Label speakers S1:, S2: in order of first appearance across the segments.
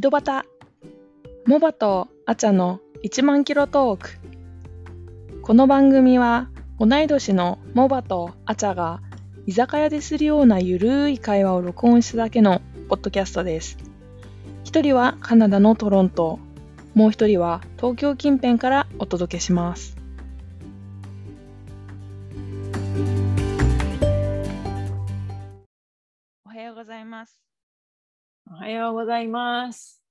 S1: ドバタモバとアチャの1万キロトークこの番組は同い年のモバとアチャが居酒屋でするようなゆるい会話を録音しただけのポッドキャストです一人はカナダのトロントもう一人は東京近辺からお届けしますおはようございます
S2: おはようございます。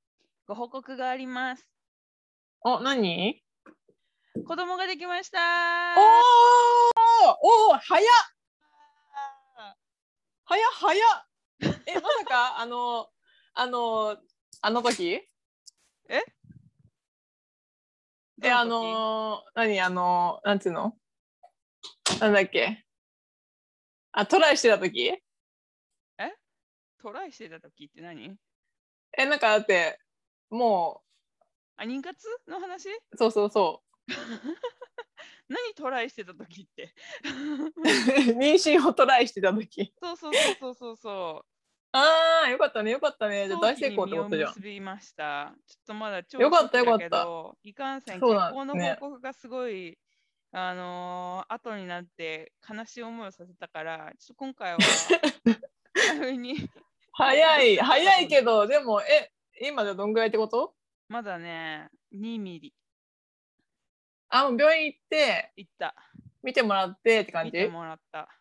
S1: ご報告があります
S2: お、何
S1: 子供ができました
S2: おーおー早っ早っ早っえ、まさ かあの、あの、あの時え、あの、何あの、なんつうのなんだっけあ、トライしてた時
S1: トライしてた時って何
S2: え、なんかだって、も
S1: あ、妊活の話
S2: う、そうそう そ
S1: 何トライしてた時って。
S2: う。妊娠をトライしてた時。
S1: そうそうそうそうそうそう。
S2: あー、よかったね、よかった ね。じゃあ大成功ってこ
S1: 早期
S2: と
S1: に
S2: じ
S1: 実
S2: ゃ
S1: を
S2: ん
S1: 結。びました。ちょっとまだ超
S2: よかった
S1: ショックだけど
S2: よ
S1: いかんせん、
S2: そう
S1: 結
S2: だね
S1: 婚の報告がすごい、あのー後になって悲しい思いをさせたから、ちょっと今 回は、早めに、
S2: 早い、早いけど、でも、え、今じゃどんぐらいってこと
S1: まだね、2ミリ
S2: あ、もう病院行って、
S1: いった。
S2: 見てもらってって感
S1: 見
S2: じ
S1: てもらった。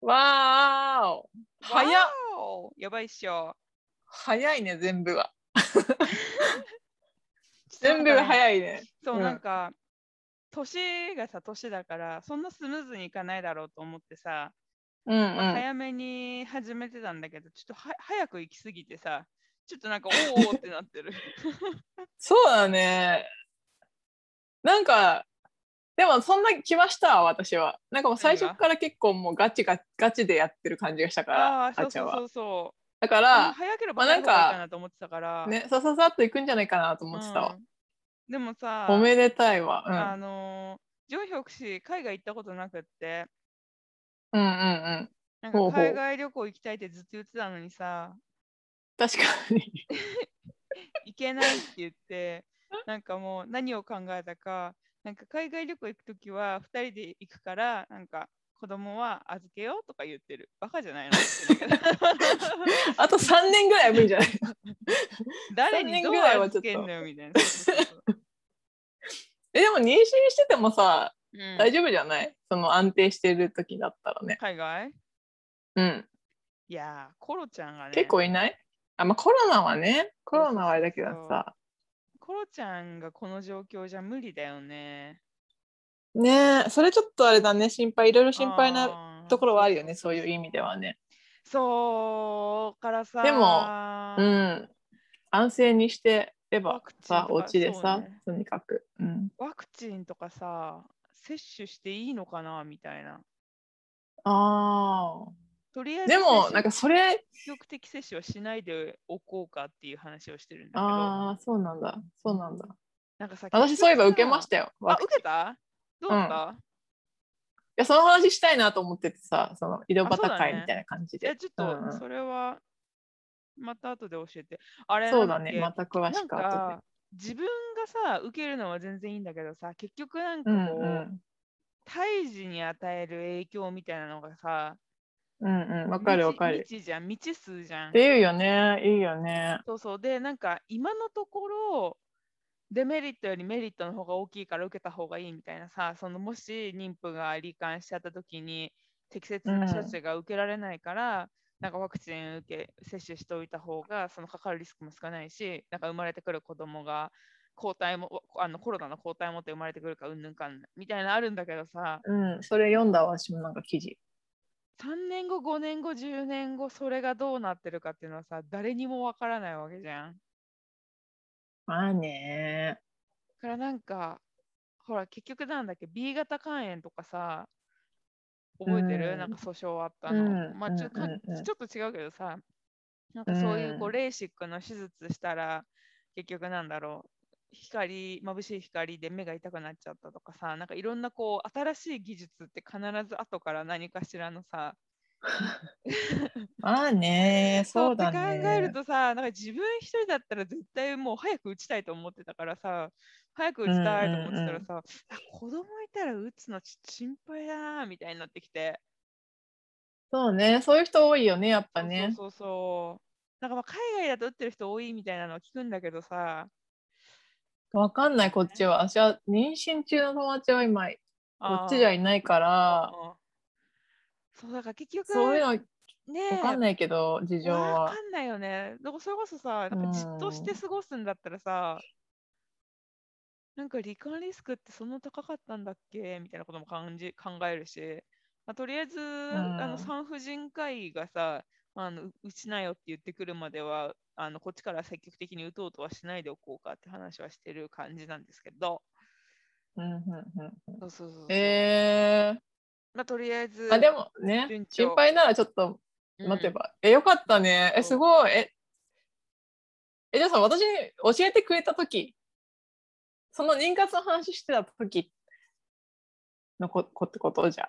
S2: わーお早っ
S1: わーおやばいっしょ。
S2: 早いね、全部が。全
S1: 全
S2: 部
S1: 部
S2: が
S1: 早い
S2: 早いね。
S1: そう、
S2: うん
S1: なんか、年がさ、年だから、そんなスムーズにいかないだろうと思ってさ、
S2: うんうん。
S1: 早めに始めてたんだけど、ちょっとは早く行きすぎてさ、ちょっとなん か、おーおーってなってる。
S2: そうだね。なんか、でもそんな来ましたわ、私は。なんかもう最
S1: 何が
S2: 初から結構もうガチガガチでやってる感じがしたから、
S1: あ
S2: あ
S1: あー、そう
S2: っちゃん
S1: そうそ
S2: は。
S1: うそう。
S2: だか
S1: あんま
S2: ら、
S1: 早ければ
S2: まあなん
S1: 早く
S2: か
S1: いいかなと思ってたから。
S2: ね、さささっと行くんじゃないかなと思ってたわ
S1: う。んでもさ、
S2: おめでたいわ。うん
S1: あのー、ジョンヒョク氏、海外行ったことなくって、
S2: うんうんうん。
S1: なんか
S2: ほうほう
S1: 海外旅行行きたいってずっと言ってたのにさ、
S2: 確かに。
S1: 行けないって言って、なんかもう何を考えたか、なんか海外旅行行くときは2人で行くから、なんか子供は預けようとか言ってる。バカじゃないのって言ってんだけど
S2: あと3年ぐらいは無理じゃない
S1: 誰にど
S2: 三
S1: う
S2: 年ぐらいはちょ
S1: 預
S2: っと
S1: けんのよみたいな。そうそうそう
S2: えでも妊娠しててもさ
S1: うん
S2: 大丈夫じゃない、その安定してる時だったらね
S1: 海外
S2: うん
S1: いやー、コロちゃんがね、
S2: 結構いないあまあコロナはねコロナはあれだけど
S1: そう
S2: さ
S1: コロちゃんがこの状況じゃ無理だよね。
S2: ねえそれちょっとあれだね心配いろいろ心配な
S1: あー
S2: ところはあるよねそういう意味ではね
S1: そうからさ、
S2: でうん安静にしてれ
S1: ワ
S2: ば
S1: クチン
S2: さ
S1: とか
S2: お家で
S1: そう
S2: さ、
S1: ね
S2: とにかくうん
S1: ワクチンとかさ、接種していいのかなみたいな。
S2: あ
S1: とりあえ
S2: ーで
S1: ず接
S2: も
S1: 種
S2: なんかそれ
S1: 積極的接種はしないでおこうかっていう話をしてるんだけど、
S2: ああそうなんだそうなんだ
S1: なんかさ、。
S2: 私そういえば受けましたたよ
S1: あ
S2: ワ、クチン
S1: 受けたどうだった、
S2: いやその話したいなと思っててさその井戸端
S1: あそうだ
S2: 会
S1: ね
S2: みたいな感じ
S1: い
S2: で、
S1: や、ちょっとそれはまた後で教えて。あ
S2: うん
S1: れ
S2: そうだ
S1: なんっ
S2: ね
S1: け
S2: また詳
S1: なん
S2: しく後で
S1: か自分がさ、受けるのは全然いいんだけどさ、結局なんか
S2: う
S1: こ
S2: ん
S1: う、
S2: うん
S1: 胎児に与える影響みたいなのがさ、
S2: うんうんわかるわかる
S1: 未知未知じゃん、未知数じゃん
S2: っ。ていうよねいいよね
S1: そうそう。で、なんか今のところ、デメリットよりメリットの方が大きいから受けた方がいいみたいなさ、そのもし妊婦が罹患しちゃった時に適切な処置が受けられないから、なんかワクチン受け接種しておいた方がそのかかるリスクも少ないし、なんか生まれてくる子供が抗体もあのコロナの抗体持って生まれてくるかうんぬんかんぬんみたいなのあるんだけどさ、
S2: うんそれ読んだわ私もなんか記事
S1: 3年後、5年後、10年後、それがどうなってるかっていうのはさ、誰にもわからないわけじゃん。
S2: まあね
S1: だからなんかほら結局なんだっけ B 型肝炎とかさ覚えてる、
S2: うん
S1: なんか訴訟あったの、
S2: うん
S1: まあちょ,か、
S2: うんうんうん
S1: ちょっと違うけどさなんかそういうこ
S2: う
S1: うんレーシックの手術したら結局なんだろう光眩しい光で目が痛くなっちゃったとかさなんかいろんなこう新しい技術って必ず後から何かしらのさ
S2: まあね、そうだ
S1: って考える
S2: ね。
S1: とさ、なんか自分一人だったら絶対もう早く打ちたいと思ってたからさ、早く打ちたいと思ってたらさ、あ子供いたら打つのちょっと心配だなみたいになってきて、
S2: そうね、そういう人多いよね、やっぱね。
S1: そうそうそう。なんかまあ海外だと打ってる人多いみたいなのは聞くんだけどさ、
S2: わかんない、こっちは。私は妊娠中の友達は今、こっちじゃ
S1: い
S2: いないから、
S1: そうだから結局、
S2: そういうの
S1: ね
S2: わかんないけど、事情
S1: わ
S2: は
S1: か。んないよね。だからそれこそさ、なんかじっとして
S2: うん
S1: 過ごすんだったらさ、なんか罹患リスクってそんな高かったんだっけみたいなことも感じ考えるし、まあ、とりあえず、あ
S2: うん
S1: の産婦人科医がさあの、う打ちなよって言ってくるまでは、あのこっちから積極的に打とうとはしないでおこうかって話はしてる感じなんですけど、
S2: うんうんうん
S1: そうそうそうそう
S2: え
S1: まあ、とりあえず、
S2: ー、あでもね
S1: 順、調
S2: 心配ならちょっと
S1: うん
S2: 待てば。え、よかったね。え、
S1: そ
S2: す
S1: う
S2: ごい。え、えじゃあさ、私に教えてくれたとき、その妊活の話してたときのここってことじゃ。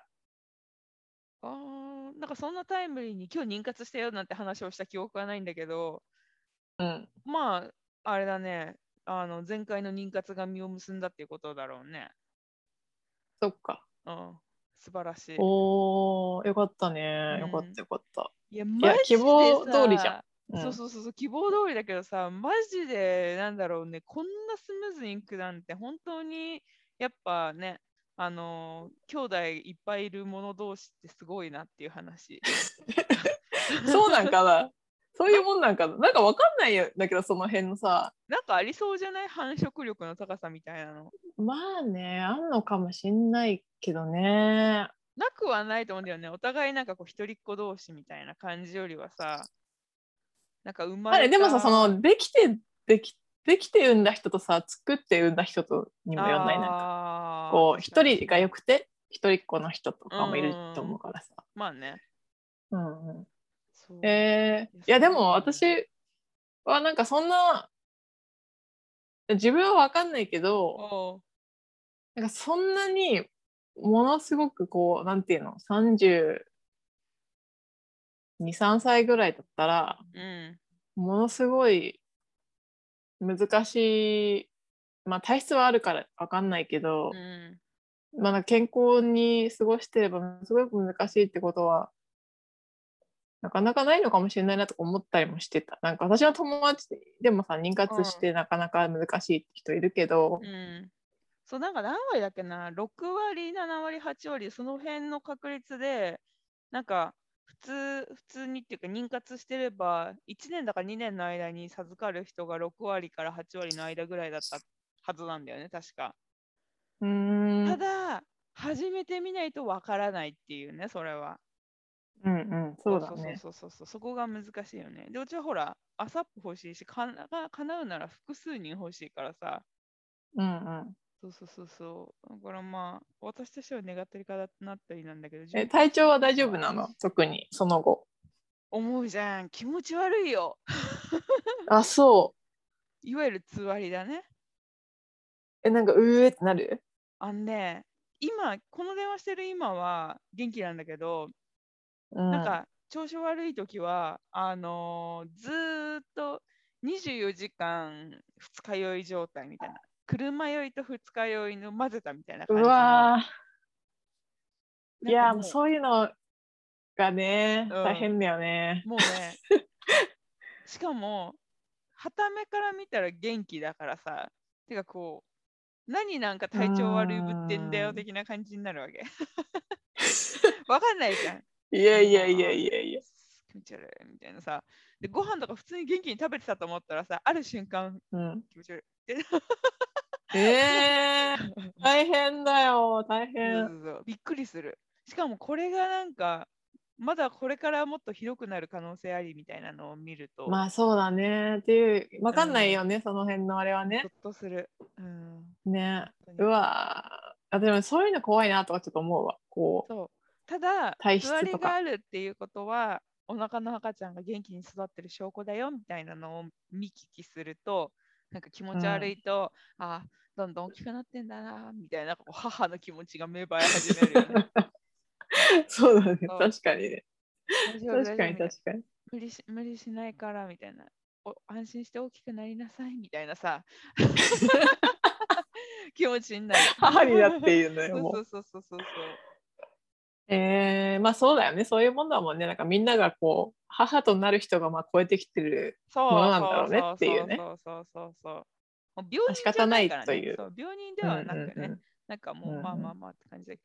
S1: あーなんかそんなタイムリーに今日妊活したよなんて話をした記憶はないんだけど、
S2: うん。
S1: まあ、あれだね。あの、前回の妊活が実を結んだっていうことだろうね。
S2: そっか。
S1: うん。素晴らしい。
S2: おー、よかったね。
S1: う
S2: よ
S1: ん
S2: かったよかった。
S1: いや、マジで
S2: 希望通りじゃ
S1: ん。
S2: うん
S1: そうそうそうそう、希望通りだけどさ、マジで、なんだろうね、こんなスムーズにいくなんて、本当に、やっぱね、あのー、兄弟いっぱいいる者同士ってすごいなっていう話。
S2: そうなんかな。そういうもんなんかな。なんかわかんないよ。だけど、その辺のさ。
S1: なんかありそうじゃない繁殖力の高さみたいなの。
S2: まあね、あんのかもしんないけどね。
S1: なくはないと思うんだよね。お互いなんかこう一人っ子同士みたいな感じよりはさ、なんか生ま
S2: あ
S1: れ
S2: れ
S1: た
S2: でもさそのできてできできて産んだ人とさ作って産んだ人とにもよんないなんか
S1: あー
S2: こう
S1: 確か
S2: 一
S1: に
S2: 人がよくて一人っ子の人とかもいると思うからさ。
S1: まあね。
S2: うんうん
S1: そう
S2: えー
S1: いや
S2: いやで
S1: そう
S2: も
S1: なんだ
S2: 私はなんかそんな自分は分かんないけど
S1: おう
S2: なんかそんなにものすごくこうなんていうの323歳ぐらいだったら
S1: うん。
S2: ものすごい難しい、まあ、体質はあるから分かんないけど、
S1: うん。
S2: まあ、なんか健康に過ごしてればすごく難しいってことはなかなかないのかもしれないなとか思ったりもしてたなんか私の友達でもさ妊活してなかなか難しいって人いるけど、
S1: うん。そう、なんか何割だっけな、6割、7割、8割、その辺の確率で、なんか、普通普通にっていうか妊活してれば1年だか2年の間に授かる人が6割から8割の間ぐらいだったはずなんだよね確か。
S2: うーん、
S1: ただ始めてみないとわからないっていうねそれは
S2: うんうんそうだね
S1: そうそうそうそうそこが難しいよねでうちはほら朝っぽ欲しいしかなが叶うなら複数人欲しいからさ
S2: うん
S1: そうそうそうそうだからまあ私としては願ったりかなったりなんだけど
S2: うんえ体調は大丈夫なの特にその後
S1: 思うじゃん気持ち悪いよ
S2: あそう
S1: いわゆるつわりだね
S2: えなんかうーってなる
S1: あんね今この電話してる今は元気なんだけど
S2: うん
S1: なんか調子悪い時はあのーずーっと24時間二日酔い状態みたいな車酔いと二日酔いの混ぜたみたいな
S2: う
S1: 感じの
S2: わーい
S1: なん
S2: やー
S1: か
S2: も
S1: も
S2: う
S1: う
S2: そういうのがね、
S1: うん
S2: 大変だよね。
S1: もう ねしかもはためから見たら元気だからさてかこう何なんか体調悪いぶってんだ
S2: うー
S1: よ
S2: ん
S1: 的な感じになるわけ わかんないじゃん
S2: いやいやいやいやいや。
S1: 気持ち悪いみたいなさでご飯とか普通に元気に食べてたと思ったらさある瞬間
S2: うん、
S1: 気持ち悪い
S2: えー、 大変だよ、大
S1: そう
S2: 変。
S1: そうそうびっくりする。しかもこれがなんか、まだこれからもっとひどくなる可能性ありみたいなのを見ると、
S2: まあそうだね。っていう、わかんないよね、その辺のあれは
S1: ゾ
S2: ね
S1: ッ。とする。うん、
S2: ね。
S1: 本当
S2: う
S1: に
S2: わーあでもそういうの怖いなとかちょっと思うわ。こう。
S1: そうただ、
S2: 体質と
S1: 座
S2: か
S1: りがあるっていうことは、お腹の赤ちゃんが元気に育ってる証拠だよみたいなのを見聞きすると、なんか気持ち悪いと、あどんどん大きくなってんだな、みたいなこう 母の気持ちが芽生え始めるよね。
S2: そうだね、
S1: そう
S2: 確かにね。
S1: 大丈夫
S2: 確か
S1: 大
S2: に
S1: 丈夫
S2: 確かに。
S1: 無理し無理しないからみたいなお安心して大きくなりなさいみたいなさ 気持ちになる
S2: 母になっているの
S1: そ
S2: よ、もう
S1: う。そうそうそうそう
S2: えー、まあそうだよね。そういうもんだもんね。なんかみんながこう、母となる人がまあ超えてきてる。
S1: そう
S2: ものなんだろうね
S1: そう
S2: っていうね
S1: そうそうそうそうもう病人
S2: 仕
S1: じゃ
S2: 方
S1: な
S2: ないい
S1: から、ね、
S2: という
S1: そう病人ではなくね、
S2: うんうんうん
S1: なんかもう、
S2: うんうん
S1: まあまあまあって感じで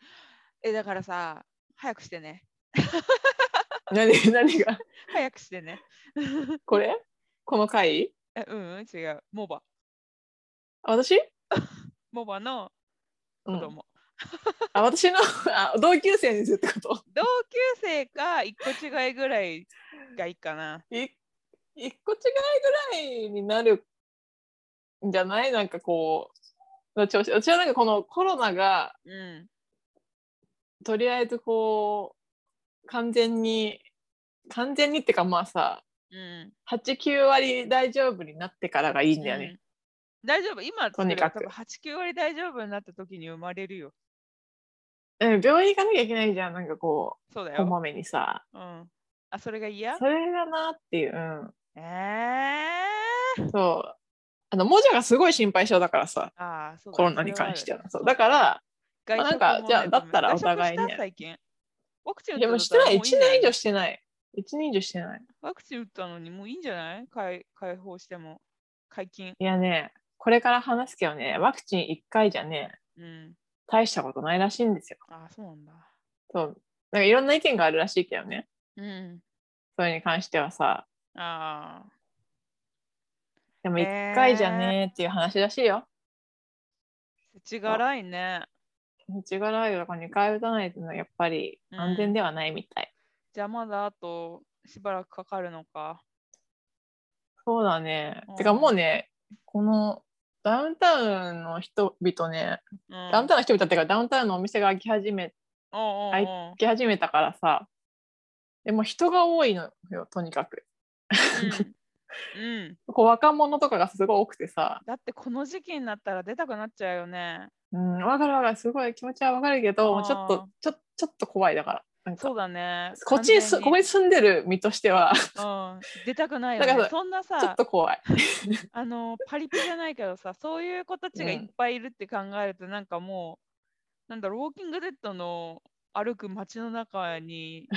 S1: えだからさ早くしてね
S2: 何何が
S1: 早くしてね
S2: これこの回
S1: えうんうん違うモバ
S2: あ私、
S1: モバの
S2: う
S1: 子
S2: ん、
S1: 供、
S2: あ私の あ同級生にするってこと
S1: 同級生か一個違いぐらいがいいかない
S2: 一個違いぐらいになるんじゃないなんかこうの調子私はなんかこのコロナが
S1: うん
S2: とりあえずこう完全に完全にってかまあさ
S1: うん
S2: 89割大丈夫になってからがいいんだよね。
S1: うん大丈夫今
S2: とにかく
S1: 多分89割大丈夫になった時に生まれるよ
S2: うん、病院行かなきゃいけないじゃんなんかこ
S1: そうだ
S2: うこ
S1: よ、
S2: まめにさ
S1: うん、あそれが嫌
S2: それがなっていう、
S1: ええ
S2: うん、そうあのもじゃがすごい心配性だからさ
S1: ああそうだ
S2: コロナに関してはそうだ
S1: ら
S2: から
S1: 外
S2: まあなん
S1: 食
S2: か
S1: も
S2: じゃあ
S1: ね
S2: だったら
S1: ごめん
S2: お互いね
S1: 外食した最近ワクチン打っ
S2: で
S1: た
S2: も
S1: の
S2: してない1
S1: もういいんじゃ
S2: 年以上してない1年以上してない
S1: ワクチン打ったのにもういいんじゃない解解放しても解禁
S2: いやねこれから話すけどねワクチン1回じゃね
S1: うん
S2: 大したことないらしいんですよ
S1: ああそうなんだ
S2: そうなんかいろんな意見があるらしいけどね
S1: うん
S2: それに関してはさ
S1: ああ
S2: でも
S1: えー
S2: 1回じゃねっていう話らしいよ
S1: せちがらいね
S2: うちがライブとか2回打たないとやっぱり安全ではないみたい、
S1: じゃあまだあとしばらくかかるのか
S2: そうだね
S1: うん。
S2: てかもうね、このダウンタウンの人々ね、
S1: うん
S2: ダウンタウンの人々っていうかダウンタウンのお店が開き始め
S1: おうおうおう
S2: はい開き始めたからさ、でも人が多いのよ、とにかく。
S1: うんうん、
S2: こう若者とかがすごい多くてさ、
S1: だってこの時期になったら出たくなっちゃうよね。
S2: うん、わかるわかる、すごい気持ちはわかるけど、
S1: あー
S2: ちょっと、ちょちょっと怖いだから。なんか
S1: そうだね。
S2: こっちに
S1: 完
S2: す
S1: 全
S2: ここに住んでる身として は、ち
S1: うん、出たくないよね。
S2: だから
S1: そんな
S2: ょ
S1: さ
S2: っ、と怖い。
S1: あのパリピじゃないけどさ、そういう子たちがいっぱいいるって考えると、なんかもう、なんだろう、ウォーキングデッドの歩く街の中に、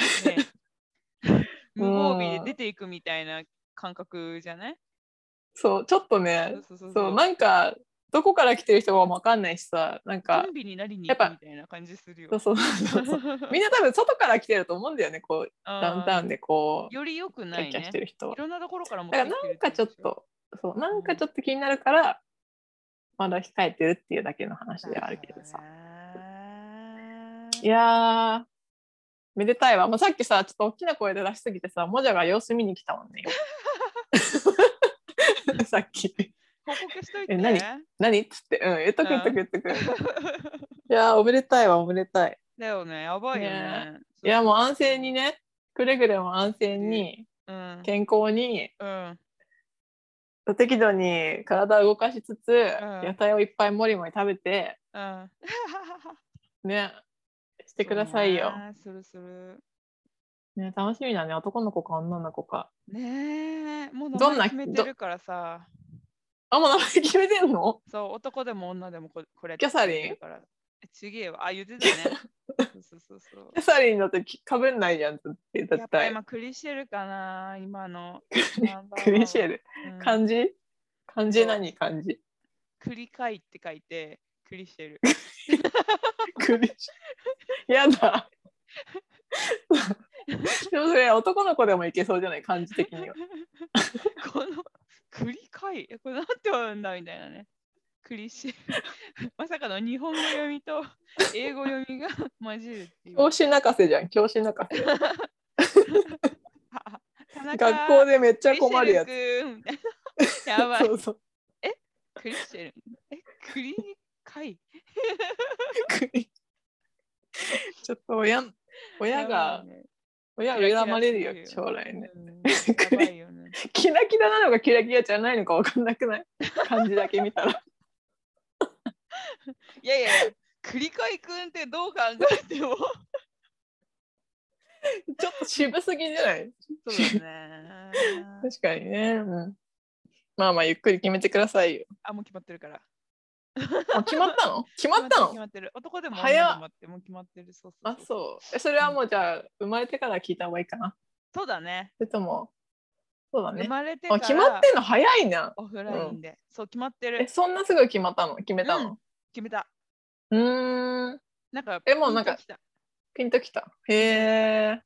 S1: ね、 無防備で出ていくみたいな感覚じゃない、
S2: そう、ちょっとね、
S1: そうそう
S2: そう、なんか、どこから来てる人かもわかんないしさ、なんか
S1: コ、ンビになりに
S2: や
S1: 行
S2: っぱ
S1: くみたいな感じするよ
S2: そう。そうそうそう。 みんな多分外から来てると思うんだよね、こう、ダウンタウンでこう、
S1: より良く
S2: キ
S1: な
S2: ャッ
S1: い
S2: キャ
S1: ね
S2: し。てる人は。
S1: いろんなところからも。
S2: だからなんかちょっ。と、そう、なんかちょっと気になるから、まだ控えてるっていうだけの話ではあるけどさ。い
S1: や、
S2: やー、めでたいわ。もうさっきさ、ちょっと大きな声で出しすぎてさ、もじゃが様子見に来たも んね。さっき。
S1: 報告しといて。
S2: え何何っつって、うん、言っとく
S1: うん
S2: 言っとく言っとく。いやー、おめでたいわ、おめでたい。
S1: だよね、やばいよね
S2: ね。いや、もう安静にね、くれぐれも安静に、
S1: うん。
S2: 健康に、
S1: うん。
S2: 適度に体を動かしつつ、
S1: ん
S2: 野菜をいっぱいもりもり食べて
S1: うん。
S2: ねし
S1: して
S2: くださいよ、。
S1: するする。
S2: ね、楽しみだね男の子か女の子か
S1: ねえ、もう名前
S2: どんな
S1: 決めてるからさ。
S2: あもう名前決めてんの
S1: そう、男でも女でもここれ。
S2: キャサリン
S1: だから。えちげえわ。あ、言ってた ね。そうそうそうそう
S2: キャ。サリンだってかぶんないじゃんって
S1: や
S2: 絶
S1: っぱ
S2: 対
S1: 今クリシェルかな今の。
S2: クリシェル
S1: うん
S2: 漢字漢字何漢字
S1: クリカイって書いて、クリシェル。
S2: クリシェル やだでもそれ男の子でもいけそうじゃない漢字的に は
S1: この、クリカイ、えこれなんて読んだみたいなね。クリシェル。 まさかの日本語読みと英語読みが混じるっていう。
S2: 教師泣かせじゃん教師泣かせ
S1: あ田中
S2: 学校でめっちゃ困るやつ
S1: クリシェル君みたいなやばい
S2: そ。うそう
S1: クリシェル。え、クリカイ。
S2: 国ちょっと親親
S1: やば
S2: が
S1: い、ね、
S2: 親が恨まれるよ
S1: キラキラしてるよ
S2: 将来ね
S1: うん
S2: クリ
S1: やばいよね。
S2: キラキラなのかキラキラじゃないのか分かんなくない 漢字だけ見たら
S1: いやいやい や、クリカイ君ってどう考えても。
S2: ちょっ渋すぎじゃない
S1: そうだね。
S2: 確かにね、うん。まあまあ、ゆっくり決めてくださ いよ。
S1: あ、もう決まってるから。
S2: あ決まったの決まった
S1: 決
S2: の
S1: まってる。男でも
S2: 早っ
S1: 女でもってもう決まってる。そうそう
S2: あ
S1: そう、
S2: そう。えそれはもうじゃあ、生まれてから聞いた方がいいかな。
S1: そうだね。
S2: それとも、そうだ
S1: 生
S2: ね。
S1: まれてか
S2: あ
S1: ら
S2: 決まってんの早いな。
S1: オフラインで。そう、決まって
S2: え、
S1: る。
S2: そんなすぐ決まったの決めたの、
S1: 決めた。
S2: うーん。
S1: なんか、
S2: えもうなんか
S1: ピンときた
S2: ピンときた。へえ。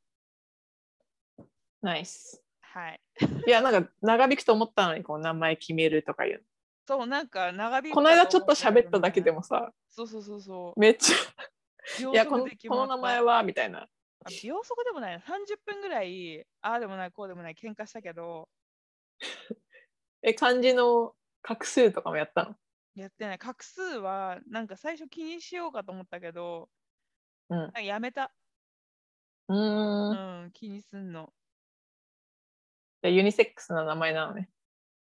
S2: ナイス。
S1: はい。
S2: いや、なんか長引くと思ったのに、こう名前決めるとかいう。
S1: そう、なんか長引く
S2: この間ちょっと喋っただけでもさ、
S1: そうそうそうそう。
S2: めっちゃ、
S1: 秒
S2: いや、この
S1: 速で決
S2: こ
S1: ま
S2: の
S1: った
S2: 名前は、みたいな。
S1: あ秒速でもないな。30分ぐらい、ああでもない、こうでもない、喧嘩したけど、
S2: え、漢字の画数とかもやったの
S1: やってない。画数は、なんか最初気にしようかと思ったけど、
S2: うん
S1: なんかやめた。
S2: うー。
S1: うんん、気にすんの。
S2: じゃあユニセックスな名前なのね。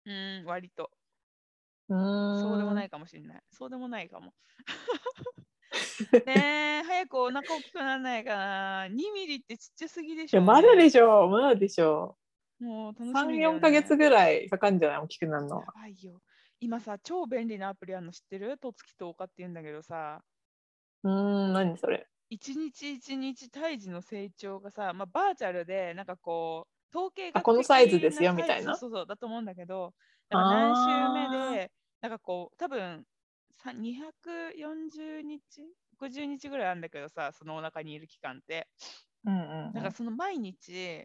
S1: うん、割と。
S2: うーん。。
S1: そうでもないいかもしれない。そうでもないかも。 ねえ、早くお腹大きくならないかな。2ミリってちっちゃすぎでし
S2: いや、
S1: ょ、ね。
S2: まだでしょ、まだでしょ。
S1: もう楽しみだよ、
S2: 3、
S1: ね。
S2: 4ヶ月ぐらいかかんじゃない大きくなるのは
S1: や。ばいよ。今さ、超便利なアプリあるの知ってるとつきとおかって言うんだけどさ、
S2: うーん、何それ。
S1: 一日一日胎児の成長がさ、まあ、バーチャルで、なんかこう、統計が
S2: あこのサイズですよみたいな
S1: そうそうそうだと思うんだけど、なんか何週
S2: あ
S1: 目で、なんかこう、多分さ240日 ?50 日ぐらいあるんだけどさ、そのお腹にいる期間って。
S2: うんうんうん。
S1: なんかその毎日、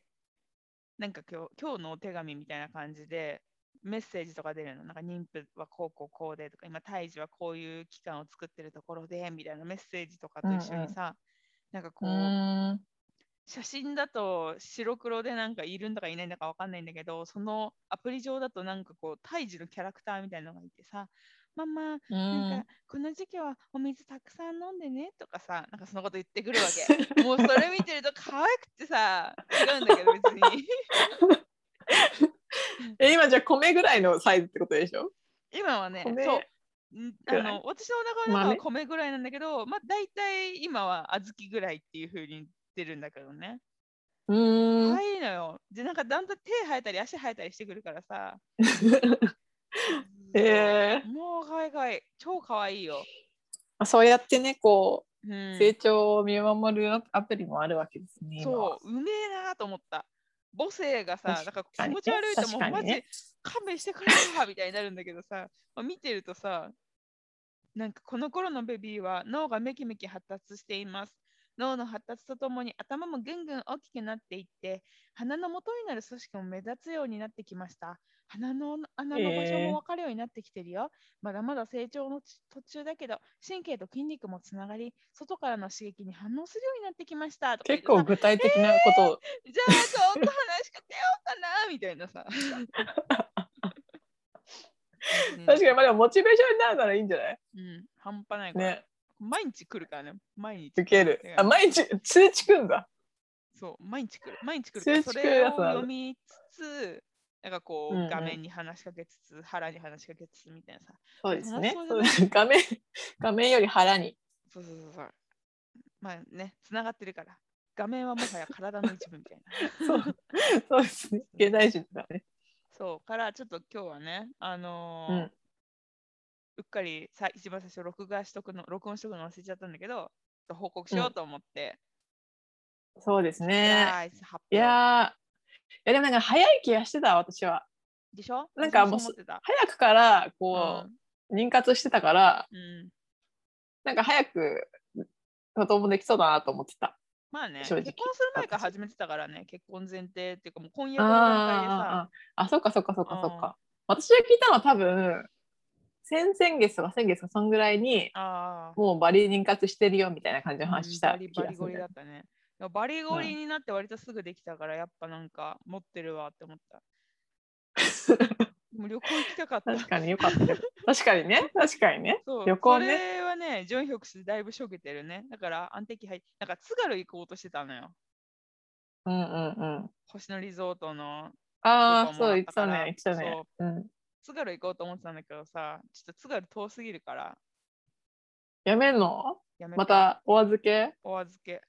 S1: なんか今日今日のお手紙みたいな感じで、メッセージとか出るの、なんか妊婦はこうこうこうでとか、今、胎児はこういう期間を作ってるところでみたいなメッセージとかと一緒にさ、なんか
S2: う
S1: こう、
S2: ーん。
S1: 写真だと白黒でなんかいるんだかいないんだかわかんないんだけど、そのアプリ上だとなんかこう、胎児のキャラクターみたいなのがいてさ、ママ、
S2: う
S1: なん
S2: ーん
S1: かこの時期はお水たくさん飲んでねとかさなんかそのこと言ってくるわけもうそれ見てると可愛くてさ違うんだけど別に
S2: え、今じゃあ米ぐらいのサイズってことでしょ
S1: 今はね
S2: 米
S1: そううんあ
S2: ぐらい
S1: の私のお腹の中は
S2: 豆
S1: 米ぐらいなんだけど、まあ、大体今は小豆ぐらいっていう風に出るんだけどね
S2: うーん。
S1: 可愛いのよでなんかだんだん手生えたり足生えたりしてくるから さ
S2: えー
S1: もう可愛い可愛い超可愛いよ、
S2: まあ、そうやってねこ
S1: う、
S2: うん成長を見守るアアプリもあるわけですね。今は
S1: そう、うめえなと思った。母性がさ、なんか
S2: 確
S1: 気
S2: にね
S1: 持ち悪いとも
S2: 確
S1: う、
S2: か
S1: マ
S2: に
S1: ジ
S2: ね
S1: 勘弁してくれよみたいになるんだけどさ、まあ、見てるとさ、なんかこの頃のベビーは脳がめきめき発達しています。脳の発達とともに頭もぐんぐん大きくなっていって、鼻の元になる組織も目立つようになってきました。鼻の穴の場所
S2: えー
S1: も分かるようになってきてるよ。まだまだ成長のち途中だけど、神経と筋肉もつながり、外からの刺激に反応するようになってきました。とか言っ
S2: 結
S1: てさ
S2: 構具体的なことを、
S1: じゃあちょっと話しかけようかなみたい なさ。
S2: 確かにまあでもモチベーションになるならいいんじゃない
S1: に、うん、半端ないから、
S2: ね
S1: 毎日来るからね。毎日。
S2: 受ける
S1: ね。
S2: あ毎日通知くんだ。
S1: そう、毎日来る。毎日来るから。
S2: 数
S1: そ
S2: 値来る
S1: れを
S2: やつなんだ
S1: 読みつつ、なんかこう、
S2: うんうん
S1: 画面に話しかけつつ、腹に話しかけつつみたいなさ。
S2: そうですね
S1: そ。
S2: そうう
S1: だ
S2: です画面画面より腹に。
S1: そうそうそうそう。まあね、つながってるから。画面はもはや体の一部みたいな。
S2: そうそうですね。現代人だね。
S1: そう、からちょっと今日はね、あのー
S2: うん
S1: うっかりさ一番最初録画しとくの録音しとくの忘れちゃったんだけどちょっと報告しようと思って、
S2: そうですね。
S1: サプライズ発
S2: い
S1: 表
S2: やーいやでもなんか早い気がしてた私は。
S1: でしょ
S2: なんか
S1: 私も
S2: もう
S1: そう思ってた
S2: 早くからこう妊活してたから
S1: うんうん
S2: なんか早く子供できそうだなと思ってた。
S1: まあね結
S2: 正
S1: 婚
S2: 直
S1: する前から始めてたからね結婚前提っていうかもう婚約の段階でさ
S2: あーあーあーあそっかそっかそっかそっ
S1: うん
S2: か。私が聞いたのは多分先々月とか先月とかそんぐらいに
S1: ああ
S2: もうバリ妊活してるよみたいな感じの話し
S1: バ
S2: た
S1: リ
S2: 気
S1: バ
S2: が
S1: リ
S2: する
S1: ゴ
S2: ん
S1: リ
S2: だ
S1: だ
S2: よね。
S1: ったねでもバリゴリになって割とすぐできたからやっぱなんか持ってるわって思った もう旅行行きたかった
S2: 確かによかったよ。確かにね。確かにね。
S1: そう
S2: 旅行ね
S1: それはね、ジョンヒョクスだいぶしょげてるね。だから安定期入っなんか津軽行こうとしてたのよ。
S2: うんうんうん。
S1: 星野リゾートの
S2: ああ、
S1: そう
S2: そう、
S1: 言
S2: 言
S1: っ
S2: ってて
S1: た
S2: た
S1: もん
S2: ね。言ってたね。うん。
S1: 津軽行こうと思ってたんだけどさ、ちょっと津軽遠すぎるから、
S2: やめんの
S1: やめて
S2: またお預け
S1: お預け。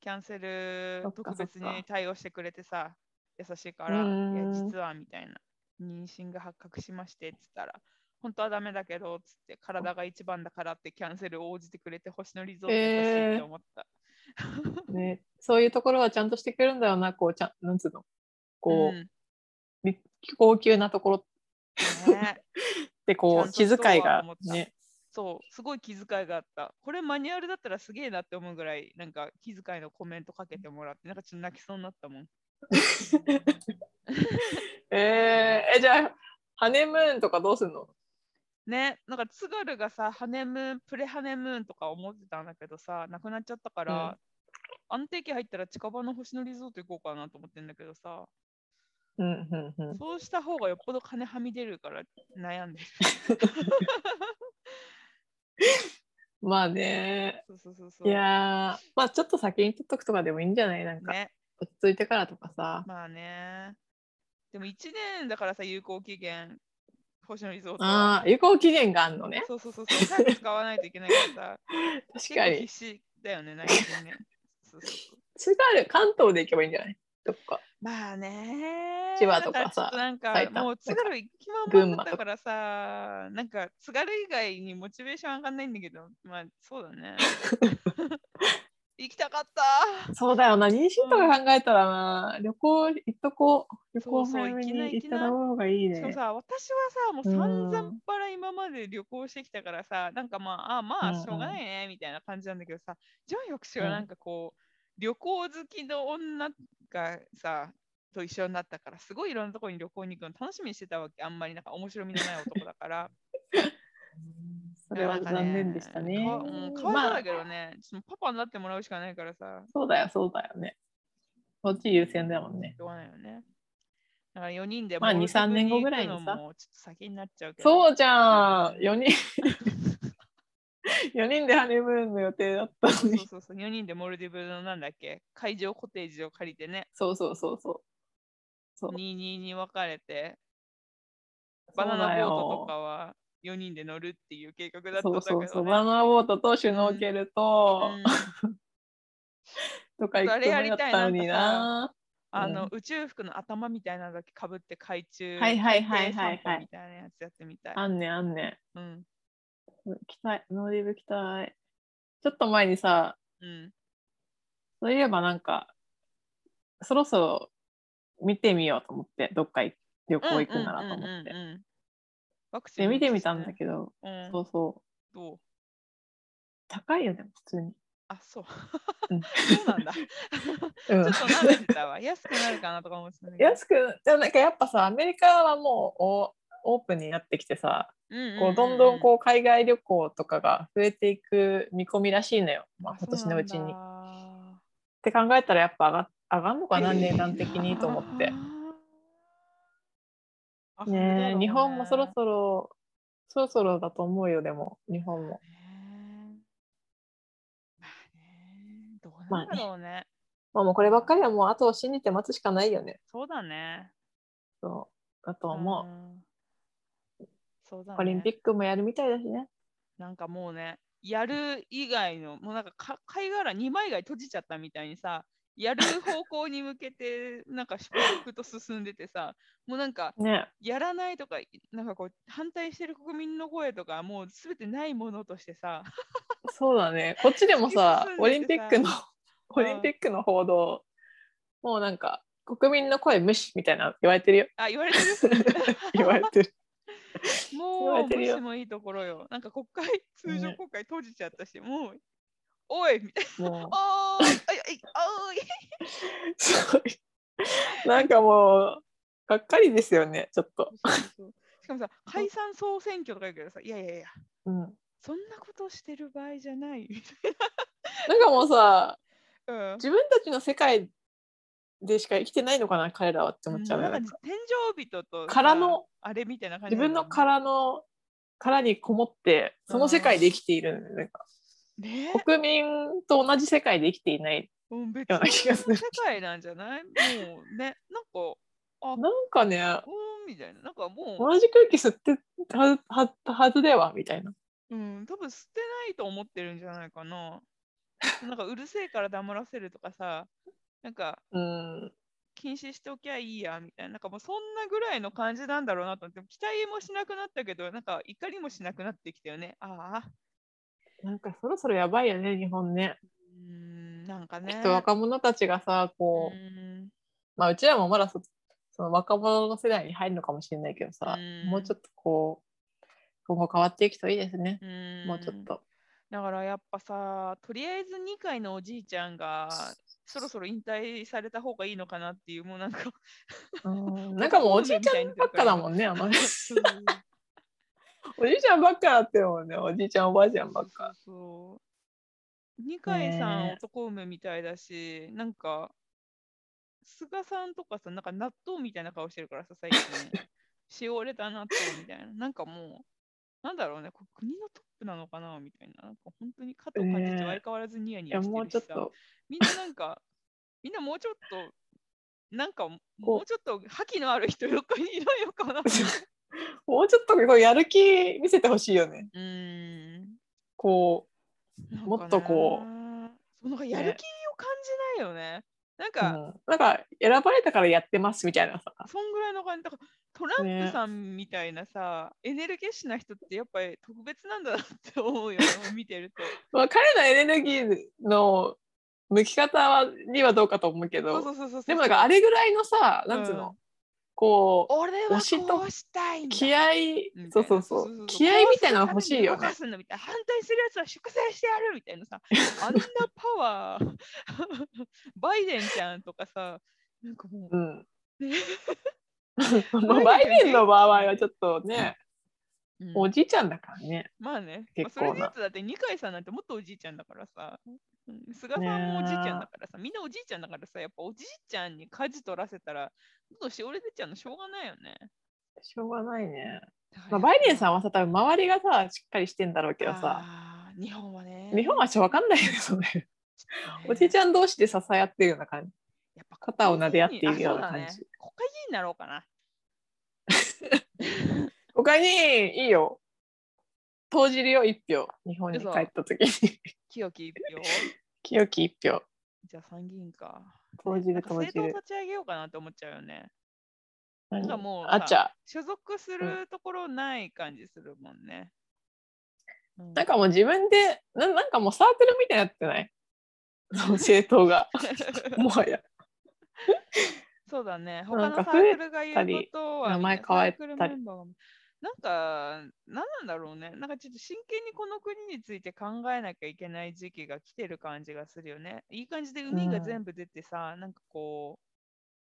S1: キャンセル
S2: そっか
S1: 特別
S2: そっか
S1: に対応してくれてさ、優しいから、
S2: う
S1: い
S2: ん
S1: や、実はみたいな、妊娠が発覚しましてっつったら、本当はダメだけどっつって、体が一番だからってキャンセル応じてくれて、星野リゾート優しいって思った。
S2: ね、そういうところはちゃんとしてくれるんだよな、こう、ちゃん、なんつうの、こう、
S1: うん
S2: み高級なところっ
S1: ね
S2: て、こう、
S1: ち
S2: 気
S1: ゃんとそうは
S2: 遣いが
S1: 思っ、た
S2: ね、
S1: そう、すごい気遣いがあった。これマニュアルだったらすげえなって思うぐらい、なんか気遣いのコメントかけてもらって、なんかちょっと泣きそうになったもん。
S2: えー、え、じゃあ、ハネムーンとかどうすんの
S1: ね、なんか津軽がさ、ハネムーン、プレハネムーンとか思ってたんだけどさ、なくなっちゃったから、安定期入ったら近場の星野リゾート行こうかなと思ってんだけどさ、
S2: うん、うん、うん。
S1: そうした方がよっぽど金はみ出るから悩んでる。
S2: まあね、
S1: そうそうそうそ。
S2: いうやー、まあちょっと先に取っとくとかでもいいんじゃないなんか、
S1: ね、
S2: 落ち着いてからとかさ。
S1: まあね。でも1年だからさ、有効期限、星野リゾートは。
S2: ああ、有効期限があるのね。
S1: そうそうそうそう、早く使わないといけないからさ、
S2: 確
S1: 結
S2: か
S1: 構
S2: に。
S1: 必死だよね、内心 ね。そうそうそう
S2: 津軽、関東で行けばいいんじゃないどっか。
S1: まあね。
S2: 千葉とかさ
S1: だらちょっとなんか
S2: 埼玉
S1: もう津軽行きまんまだったからさ、なんか津軽以外にモチベーション上がんないんだけど、まあそうだ ね。行きたかった。
S2: そうだよな、妊娠とか考えたらな、旅行行っとこう。旅行
S1: そうそう
S2: 早めに
S1: 行きな行
S2: 行
S1: き
S2: っ
S1: な
S2: た方がいい
S1: しかも
S2: ね。
S1: さ、私はさ、もう散
S2: う
S1: 々
S2: ん
S1: パラ今まで旅行してきたからさ、なんかまあ、ああま
S2: うんう
S1: あ、
S2: ん
S1: しょうがないね、みたいな感じなんだけどさ、ジョン・ヨクシは
S2: うん
S1: なんかこう、旅行好きの女がさ、と一緒になったから、すごいいろんなところに旅行に行くの楽しみにしてたわけ、あんまりなんか面白みのない男だから。
S2: それは
S1: なんか
S2: 残念でしたね。
S1: かわうん、かわいそう
S2: まあ
S1: だけどね、ちょっとパパになってもらうしかないからさ、
S2: そうだよ、そうだよね。そっち優先だもんね。
S1: しょうがないよね。だから4人で
S2: まあ
S1: ボルト
S2: 2 3
S1: グ
S2: 年後ぐらいに
S1: 行
S2: さ
S1: くのもちょっと先になっちゃうけど。
S2: そうじゃん、4人。4人でハネムーンの予定だった
S1: そ
S2: の
S1: う
S2: に。
S1: そうそう、4人でモルディブのなんだっけ、会場コテージを借りてね、
S2: そうそうそうそう。そう
S1: 22に分かれて、
S2: そ
S1: バ
S2: う
S1: ナ
S2: だ
S1: ナボー
S2: よ
S1: トとかは4人で乗るっていう計画だった
S2: そ
S1: んだ
S2: う
S1: けど、
S2: そう
S1: ね。
S2: そう。バナナボートとシュノーケルと、
S1: うん
S2: とか行くつもりだったのにな。
S1: あの、
S2: うん
S1: 宇宙服の頭みたいなのだけかぶって海中、
S2: はいはいはいはいはい
S1: 海底散歩みたいなやつやってみたい。
S2: あんねんあんね
S1: うん。
S2: ん。来たい。ノーリブ来たい。ちょっと前にさ、
S1: うん。
S2: そういえばなんか、そろそろ見てみようと思って、どっか行旅行行くならと思っ
S1: うん
S2: て
S1: う。んうんうん。ワクチン
S2: で、見てみたんだけど、
S1: ど、うん、
S2: そうそう。
S1: どう
S2: 高いよね、普通に。
S1: あ、そう。
S2: うん
S1: そうなんだ。ち
S2: う
S1: ょっ
S2: ん
S1: と舐めてたわ。安くなるかなとか思ってたんだけど。
S2: 安く、じゃあなんかやっぱさ、アメリカはもうオオープンになってきてさ、こうどんどんこう海外旅行とかが増えていく見込みらしいのよ、まあ、今年のうちに。っ
S1: に。
S2: て考えたらやっぱ上が上がんのかな、値段的にと思って。
S1: あー。
S2: ねえ日本もそろ
S1: ろ。
S2: そろ、そろそろだと思うよ、でも、日本も。
S1: ねまあね。どうなんだろうね。
S2: まあもうこればっかりはもう後を信じて待つしかないよね。
S1: そうだね。
S2: そうだと思う。
S1: うんそうだね。
S2: オリンピックもやるみたいだしね。
S1: なんかもうね、やる以外の、もうなんかか貝殻2枚以外閉じちゃったみたいにさ、やる方向に向けて、なんか粛々と進んでてさ、もうなんか、
S2: ね
S1: やらないとか、なんかこう、反対してる国民の声とか、もうすべてないものとしてさ、
S2: そうだね。こっちでもさ
S1: 突、き進んでてさ
S2: オリンピックの、
S1: ん
S2: オリンピックの報道、もうなんか、国民の声無視みたいな言われ てるよ。
S1: あ、言われてる
S2: 言われてる。言わ
S1: も
S2: れ
S1: う、
S2: てる
S1: 無
S2: よ
S1: 視もいいところよ。なんか国会、通常
S2: ね
S1: 国会閉じちゃったし、もう、おいみたい
S2: も
S1: な、おーい、あいあいおーい、
S2: う、すごい。なんかもう、がっかりですよね、ちょっと。
S1: そうそうそうしかもさ、解散総選挙とか言うけどさ、いやいやいや、
S2: うん、
S1: そんなことしてる場合じゃない。
S2: なんかもうさ、
S1: うん
S2: 自分たちの世界でしか生きてないのかな、彼らはって思っちゃうね。
S1: な
S2: なんん
S1: か
S2: か
S1: 天井人とさ
S2: 殻の、
S1: あれみたいな感じ
S2: 自分の
S1: から
S2: 殻の、殻にこもって、その世界で生きている、なんか
S1: ね
S2: 国民と同じ世界で生きていない
S1: もう別
S2: ような
S1: に
S2: 気がする
S1: 世界なんじゃないもうねなんか
S2: なんかね、
S1: うんみたいななんかも
S2: 同じ空気吸ってはははずではみたいな。
S1: う、うん、多分捨てないと思ってるんじゃないかな なんかうるせえから黙らせるとかさ、なんか
S2: うん。
S1: 禁止しておきゃいいやみたいな、なんかもうそんなぐらいの感じなんだろうなと思って、期待もしなくなったけど、なんか怒りもしなくなってきたよね。ああ、
S2: なんかそろそろやばいよね、日本ね。
S1: うーん、なんか
S2: き
S1: ね。
S2: っと若者たちがさ、こう、
S1: うーん
S2: まあうちらもまだそその若者の世代に入るのかもしれないけどさ、
S1: うん
S2: もうちょっとこう、今後変わっていくといいですね。
S1: うーん
S2: もうちょっと。
S1: だからやっぱさ、とりあえず2回のおじいちゃんがそろそろ引退された方がいいのかなっていう、もうなんか、。
S2: うんなんかもうおじいちゃんばっかだもんね、あ の
S1: そう
S2: おじいちゃんばっかだってもんね、おじいちゃんおばあちゃんばっか。
S1: そうそう。二階さん、
S2: ねえ
S1: 男梅みたいだし、なんか、菅さんとかさ、なんか納豆みたいな顔してるからさ、 最近。しおれた納豆みたいな。なんかもう、なんだろうね、こう国のトップなのかなみたいな。なんか本当に加藤幹事
S2: ねえ
S1: 長相変わらずニヤニ
S2: い
S1: ヤ
S2: や、
S1: して
S2: も
S1: る
S2: う
S1: し
S2: ち
S1: さ
S2: ょっと。
S1: みんななんか、みんなもうちょっと、なんかも
S2: こう
S1: うちょっと覇気のある人横にいろよか な。
S2: もうちょっとこうやる気見せてほしいよね。
S1: うーん。
S2: こ
S1: なんかね
S2: もっとこ
S1: そうなんかやる気を感じないよね。なん
S2: う、う
S1: か、
S2: ん、なんか選ばれたからやってますみたいなさ。
S1: そんぐらいの感じだからトランプさんみたいなさ、エネルギッシュな人ってやっぱり特別なんだなって 思うよね見てると
S2: まあ、彼のエネルギーの向き方はにはどうかと思うけど、
S1: そうそうそうそう
S2: でもなんかあれぐらいのさ、なんつうの、
S1: うん
S2: こう、
S1: 俺は
S2: 推しと
S1: こうしたいんだ
S2: 気合
S1: みたいな
S2: そうそうそう気合みたいなの欲しいよ
S1: こう
S2: ね
S1: するために動かすんだみたいな反対するやつは粛清してやるみたいなさあんなパワー バイデンちゃんとかさなんかもう
S2: うん
S1: ね
S2: まあバイデンの場合はちょっとね、
S1: うん
S2: おじいちゃんだからね
S1: まあね、まあ
S2: 結
S1: それ
S2: 構な
S1: で言うとだって二階さんなんてもっとおじいちゃんだからさ、うん菅さんもおじいちゃんだからさ、みんなおじいちゃんだからさ、やっぱおじいちゃんに舵取らせたら、どんどんしおれ出ちゃうのしょうがないよね。
S2: しょうがないね、まあ、バイデンさ
S1: ん
S2: んはさ多分周りがさしっかりしてんだろうけどさ
S1: あー日本はね、
S2: 日本はちょっと分かんないよねそ れおじいち
S1: ゃん、
S2: ゃん同士で支え合ってるような感じ
S1: やっぱ
S2: 肩を撫で合ってい
S1: あ
S2: るよう
S1: そ
S2: な
S1: だ
S2: 感
S1: ね
S2: じ
S1: 国会議員になろうかな。
S2: 他にいいよ投じるよ一票日本に帰
S1: 嘘
S2: った時に
S1: 清き一票。
S2: 清き一票
S1: じゃあ参議院か。
S2: 投じ
S1: なん
S2: る
S1: か
S2: 投じ
S1: 政党
S2: る
S1: 立ち上げようかなって思っちゃうよね。
S2: 何
S1: なんかもうさ
S2: あっちゃ
S1: 所属するところない感じするもんね。うん
S2: なんかもう自分でななんかもうサークルみたいになってないそ の政党がもはや
S1: そうだね。他
S2: なん
S1: の
S2: か
S1: サークルが言うことは
S2: 名前
S1: みんな
S2: 変え
S1: サークル
S2: たり
S1: メンバーがなんか、何なんだろうね。なんかちょっと真剣にこの国について考えなきゃいけない時期が来てる感じがするよね。いい感じで海が
S2: うん
S1: 全部出てさ、なんかこ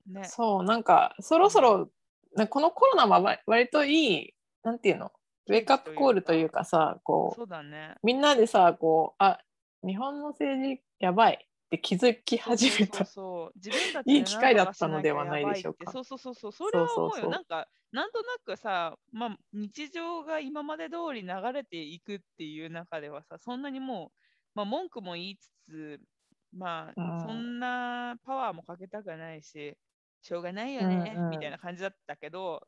S1: う、ね。
S2: そうなんかそろそろなんかこのコロナは割割といいなんていうのウェイクアップコールというかさこう
S1: そうだね。
S2: みんなでさこうあ日本の政治やばいって気づき始め
S1: そう
S2: た
S1: そうそうそう自分たち
S2: いい機会だったのではないでしょうか
S1: なんとかしなきゃやばいってそうそうそうそう、それは思うよ。
S2: そうそうそう
S1: なんか、なんとなくさ、まあ、日常が今まで通り流れていくっていう中ではさ、そんなにもう、まあ、文句も言いつつ、ま
S2: うん
S1: あ、そんなパワーもかけたくないし、しょうがないよね、
S2: うんうん
S1: みたいな感じだったけど、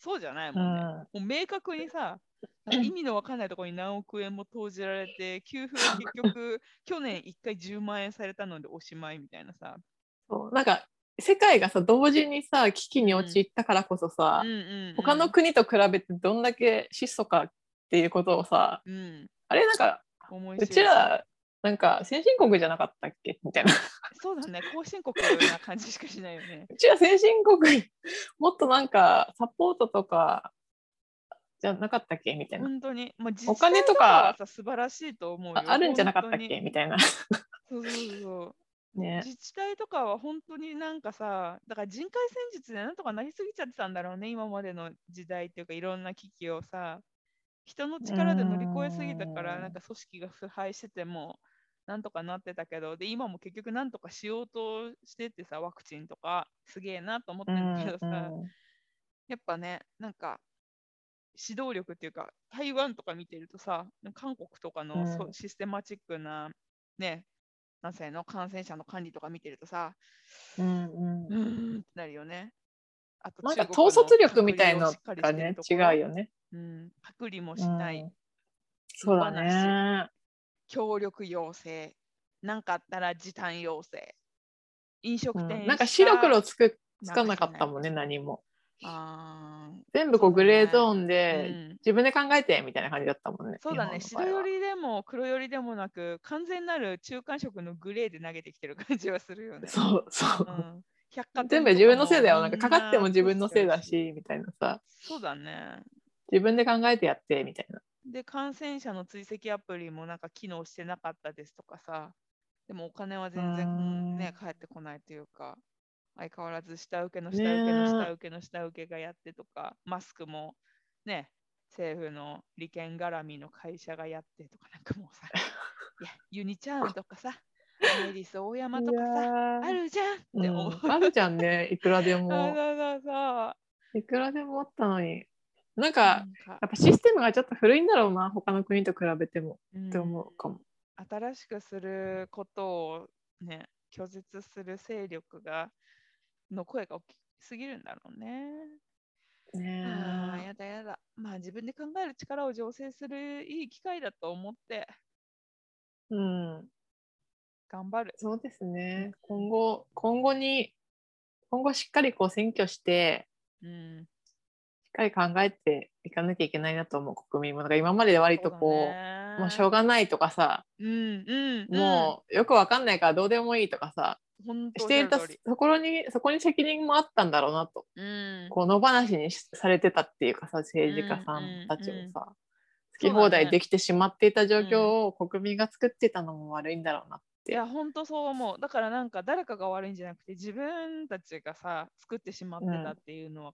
S1: そうじゃないうもんね。
S2: ん
S1: もう明確に さ、なんか意味のわかんないところに何億円も投じられて、給付が結 局、去年1回10万円されたのでおしまいみたいなさ。
S2: そうなんか世界がさ同時にさ危機に陥ったからこそさ、
S1: うんうんうん
S2: 他の国と比べてどんだけ質素かっていうことをさ
S1: うん、
S2: あれなんか
S1: 思い知
S2: う
S1: る
S2: ちらなんか先進国じゃなかったっけみたいな
S1: そうだね、後進国な感じしかしないよね。
S2: うちら先進国 もっとなんかサポートとかじゃなかったっけみたいな
S1: 本当に。まあ、
S2: お金とか
S1: 自治体はさ素晴らしいと思うよ
S2: ああるんじゃなかったっ
S1: 本当
S2: け
S1: に
S2: みたいな
S1: そうそうそうそう。
S2: ね
S1: 自治体とかは本当になんかさ、だから人海戦術でなんとかなりすぎちゃってたんだろうね、今までの時代っていうか、いろんな危機をさ、人の力で乗り越えすぎたか
S2: うー
S1: ら、
S2: ん
S1: なんか組織が腐敗してても、なんとかなってたけど、で、今も結局なんとかしようとしててさ、ワクチンとか、すげえなと思って
S2: うん
S1: るけどさ、
S2: うん
S1: やっぱね、なんか、指導力っていうか、台湾とか見てるとさ、韓国とかのそう
S2: うん
S1: システマチックな、ね、何歳の感染者の管理とか見てるとさ、
S2: うん
S1: う
S2: うん
S1: ーんってなるよね。あと
S2: なんか
S1: 中国の
S2: 統率力みたいの
S1: 隔離
S2: が
S1: をしっかりして
S2: ね
S1: るとこ
S2: 違う
S1: ろ、
S2: よね。
S1: うん。隔離もし
S2: う
S1: ない、
S2: ん、そうだ
S1: 野放し
S2: ね。
S1: 協力要請、何かあったら時短要請。飲食店、
S2: うんなんか白黒つく
S1: し
S2: つ
S1: か
S2: かなかったもんね
S1: なんか
S2: 何も
S1: あー
S2: 全部こう
S1: そうだ
S2: グ
S1: ね
S2: レーゾーンで、
S1: うん
S2: 自分で考えてみたいな感じだったもんね
S1: そうだね、
S2: 日本の
S1: 白
S2: 場合
S1: 寄
S2: は
S1: りでも黒寄りでもなく、完全なる中間色のグレーで投げてきてる感じはするよね。
S2: そうそう
S1: う、ん百貨店
S2: 全部
S1: とか
S2: 自分の
S1: も
S2: せいだよな
S1: み
S2: んかかかっても自分のせいだ
S1: そう
S2: しみたいなさ
S1: そうだね。
S2: 自分で考えてやってみたいな
S1: で、感染者の追跡アプリもなんか機能してなかったですとかさ、でもお金は全
S2: うー
S1: 然
S2: ん
S1: ね、返ってこないというか、相変わらず下請けの
S2: ねえ
S1: 下請けの下請けの下請けがやってとか、マスクもね、政府の利権絡みの会社がやってとか、なんかもうさ、いや、ユニチャームとかさ、アイリス大山とか
S2: いや
S1: さ、
S2: ー
S1: あるじゃんって思う。
S2: うんあるじゃんねいくらで
S1: そう
S2: も
S1: そうそう。
S2: いくらでもあったのになん
S1: な
S2: か
S1: んか
S2: やっぱシステムがちょっと古いんだろうな他の国と比べてもって思うかも、
S1: うん新しくすることをね拒絶する勢力がの声が大きすぎるんだろうね。
S2: ね
S1: あー
S2: え
S1: やだやだ。まあ自分で考える力を醸成するいい機会だと思って
S2: うん
S1: 頑張る。
S2: そうですね今後今後に今後しっかりこう選挙して
S1: うん、
S2: しっかり考えていかなきゃいけないなと思う国民もなんか今までで割とこう
S1: う
S2: もうしょう
S1: が、
S2: がないとかさ、
S1: うんうんうん、
S2: もうよくわかんないからどうでもいいとかさ、
S1: う本当
S2: していた
S1: おっしゃる通
S2: ところにそこに責任もあったんだろうなと
S1: りうん、
S2: こう野放しにしされてたっていうかさ政治家さんたち
S1: うんうんう
S2: も
S1: ん
S2: さ、好き放題できてしまっていた状
S1: うだね
S2: 況を国民が作ってたのも悪いんだろうなっ
S1: い
S2: て。
S1: や本当そう思うだからなんか誰かが悪いんじゃなくて自分たちがさ作ってしまって
S2: うん
S1: たっていうのは、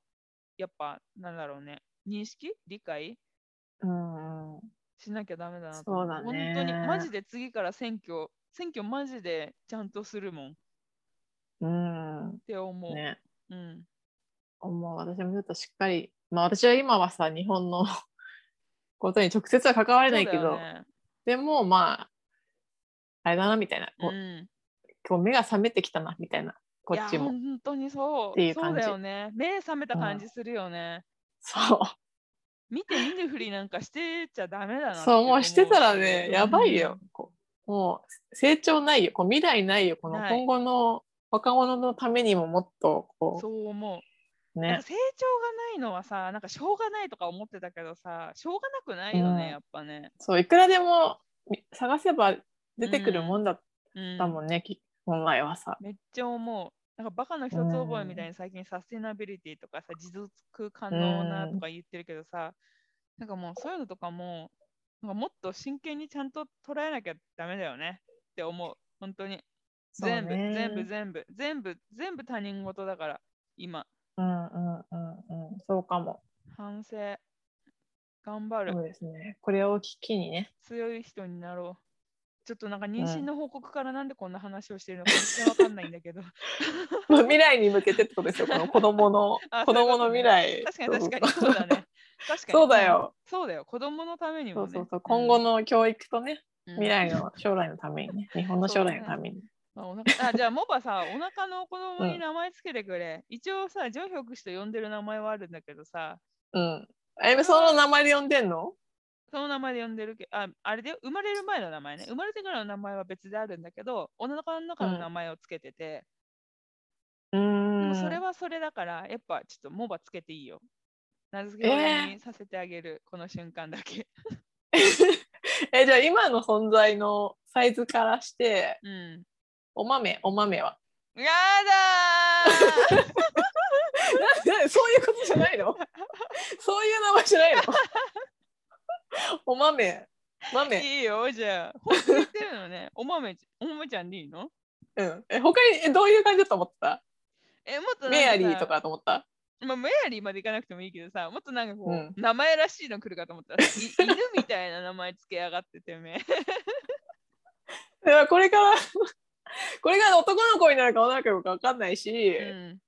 S1: やっぱなんだろうね認識理解
S2: うんうん
S1: しなきゃダメだなと
S2: そうだ
S1: 本当に
S2: ね
S1: マジで次から選挙選挙マジでちゃんとするもんっ
S2: うん
S1: て思う、
S2: ね、
S1: うん
S2: 思う私もちょっとしっかりまあ私は今はさ日本の ことに直接は関われないけ
S1: そうだ
S2: ど、
S1: よね
S2: でもまああれだなみたいな、こう
S1: うん
S2: こう目が覚めてきたなみたいなこっち
S1: いや
S2: も
S1: 本当にそう
S2: っていう感じ
S1: そうだよね目覚めた感じするよね、
S2: そう
S1: 見て見ぬふりなんかしてちゃダメだなって
S2: そうもうしてたらね
S1: うん
S2: やばいよ、こうもう成長ないよこう未来ないよこの
S1: な
S2: 今
S1: い
S2: 後の若者のためにももっとこ
S1: そう思う
S2: う
S1: なん
S2: ね
S1: か成長がないのはさなんかしょうがないとか思ってたけどさしょうがなくないよね、
S2: うん
S1: やっぱね、
S2: そういくらでもみ探せば出てくるもんだっ
S1: うん
S2: たもんね、き本来はさ
S1: めっちゃ思うなんかバカの一つ覚えみたいに最近サステナビリティとかさ持続可能なとか言ってるけどさ、なんかもうそういうのとかもなんかもっと真剣にちゃんと捉えなきゃダメだよねって思う本当に
S2: そうね
S1: 全部、全部全部全部全部他人事だから今
S2: うんうんうんうんそうかも
S1: 反省頑張る
S2: そうですねこれを機にね
S1: 強い人になろう。ちょっとなんか妊娠の報告からなんでこんな話をしてるのか全然わかんないんだけど。
S2: まあ未来に向けてってことですよこ の子供の
S1: あ
S2: 子供の
S1: そうい
S2: 未
S1: うこと
S2: 来
S1: 確かに確かにそうだね。確かに
S2: そうだよ。
S1: そうだよ。子供のために
S2: そ
S1: も、
S2: う
S1: ね。
S2: そうそう今後
S1: の、
S2: の教育とね、
S1: うん
S2: 未来。の将来のために ね日本の将来のために、
S1: あお腹 あじゃあ、モバさ、お腹の子供に名前つけてくれ。一応さ、ジョンヒョク氏と呼んでる名前はあるんだけどさ、
S2: うんえその名前で呼んでんの
S1: その名前で呼んでるけど、ああれで生まれる前の名前ね。生まれてからの名前は別であるんだけど、お腹の中の名前をつけてて。
S2: う
S1: で
S2: ー
S1: も
S2: ん
S1: それはそれだから、やっぱちょっとモバつけていいよ。名付け親にさせてあげる、この瞬間だけ。
S2: えじゃあ今の存在のサイズからして
S1: うん。
S2: お豆お豆は
S1: やだー
S2: ななそういうことじゃない のそういう名前じゃないの お豆豆
S1: いいよ、じゃあ。本当に言ってるの ね。お豆ち、お豆ちゃんでいいの
S2: うんえ他にえどういう感じだと思った
S1: え、もっとなんかさ
S2: メアリーと。かだと思った
S1: まあ、メアリーまでいかなくてもいいけどさ、もっとなんかこう、
S2: うん
S1: 名前らしいの来るかと思ったら、い犬みたいな名前つけやがっててめえ。
S2: だからこれから これから男の子になるか女の子になるか分かんないし、っ
S1: う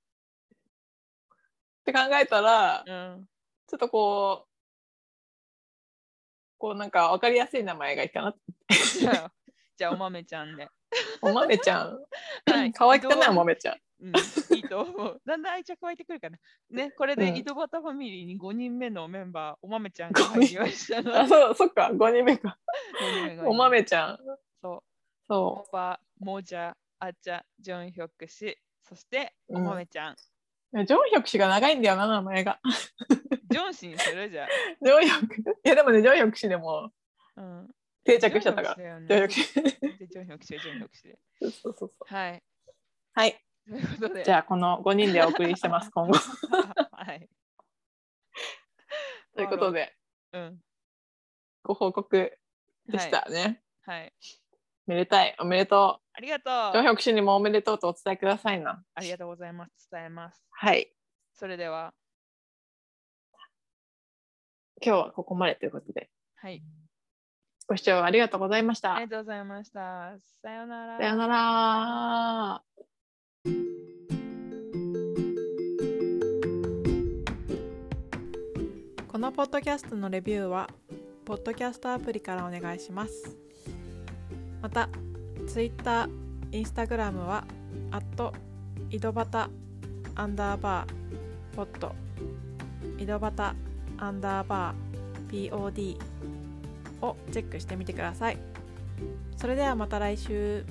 S2: て考えたら、
S1: ん。うん。
S2: ちょっとこうこうなんか分かりやすい名前がいいかな
S1: じゃあ、じゃあお豆ち ゃんで。
S2: お豆ち ゃん
S1: はい
S2: 可愛くないお豆ちゃん
S1: うん、いいと思う。だんだん愛着湧いてくるから。ね、これ
S2: う
S1: で
S2: ん
S1: 井戸端ファミリーに5人目のメンバー、お豆ちゃんが
S2: ごめん
S1: 入りましたので。
S2: あそうそっか5人目か
S1: 5人目が
S2: お豆ちゃん
S1: そ
S2: そ
S1: モバ、モジャ、アチャ、ジョンヒョク氏、そして、おまめちゃん。
S2: う。ジョンヒョク氏が長いんだよな、名前が。
S1: ジョン氏にするじゃ
S2: ジョンヒョク。いや、でもね、ジョンヒョク氏でも
S1: あ。うん。
S2: 定着しちゃったから。ジ
S1: ジ
S2: ョ
S1: ョ
S2: ン
S1: ン
S2: ヒ
S1: ヒ
S2: ョク氏。
S1: ョク氏。ジョンヒョク氏、ジョンヒョク氏で。
S2: そうそうそうそう
S1: はい。
S2: はい。
S1: ということで。
S2: じゃあ、この5人でお送りして ます、今後。
S1: はい。
S2: ということで、
S1: うん。
S2: ご報告でしたね。
S1: はい。はい。
S2: めでたい、おめでと
S1: ありが
S2: う。ジョン
S1: とう。
S2: ヒョク氏にもおめでとうとお伝えくださいな。
S1: ありがとうございます。伝えます。
S2: はい。
S1: それでは、
S2: 今日はここまでということで、
S1: はい。
S2: ご視聴ありがとうございました
S1: あり。がとうございました。さようなら。
S2: さよなら。
S3: このポッドキャストのレビューはポッドキャストアプリからお願いしますまた Twitter、Instagram は井戸端アンダーバーポッド井戸端アンダーバー POD をチェックしてみてくださいそれではまた来週